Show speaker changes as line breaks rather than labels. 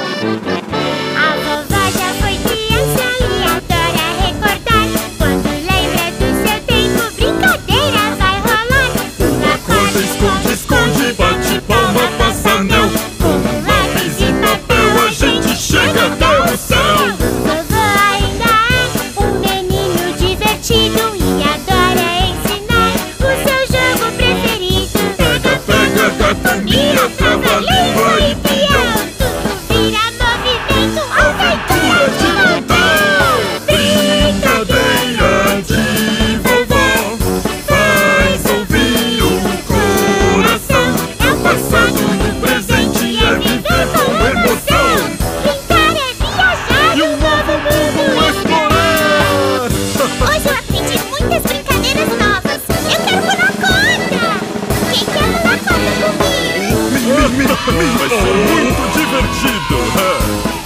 A vovó já foi criança e adora recordar. Quando lembra do seu tempo, brincadeira vai rolar. Pula,
Corta, esconde, esconde, bate palma, passa anel. Com lápis e papel a gente chega até o céu.
Vovô ainda é um menino divertido e adora ensinar o seu jogo preferido.
Pega, pega, catamira, trava língua e peão.
Tudo vira movimento,
Aventura de montão, brincadeira de vovó. Faz ouvir o coração. É o passado no presente e é viver com emoção.
Pintar é viajar
E um novo mundo explorar.
Hoje eu aprendi muitas brincadeiras novas. Eu quero pular corda. Quem quer pular corda comigo?
Vai ser muito divertido. Ah, É,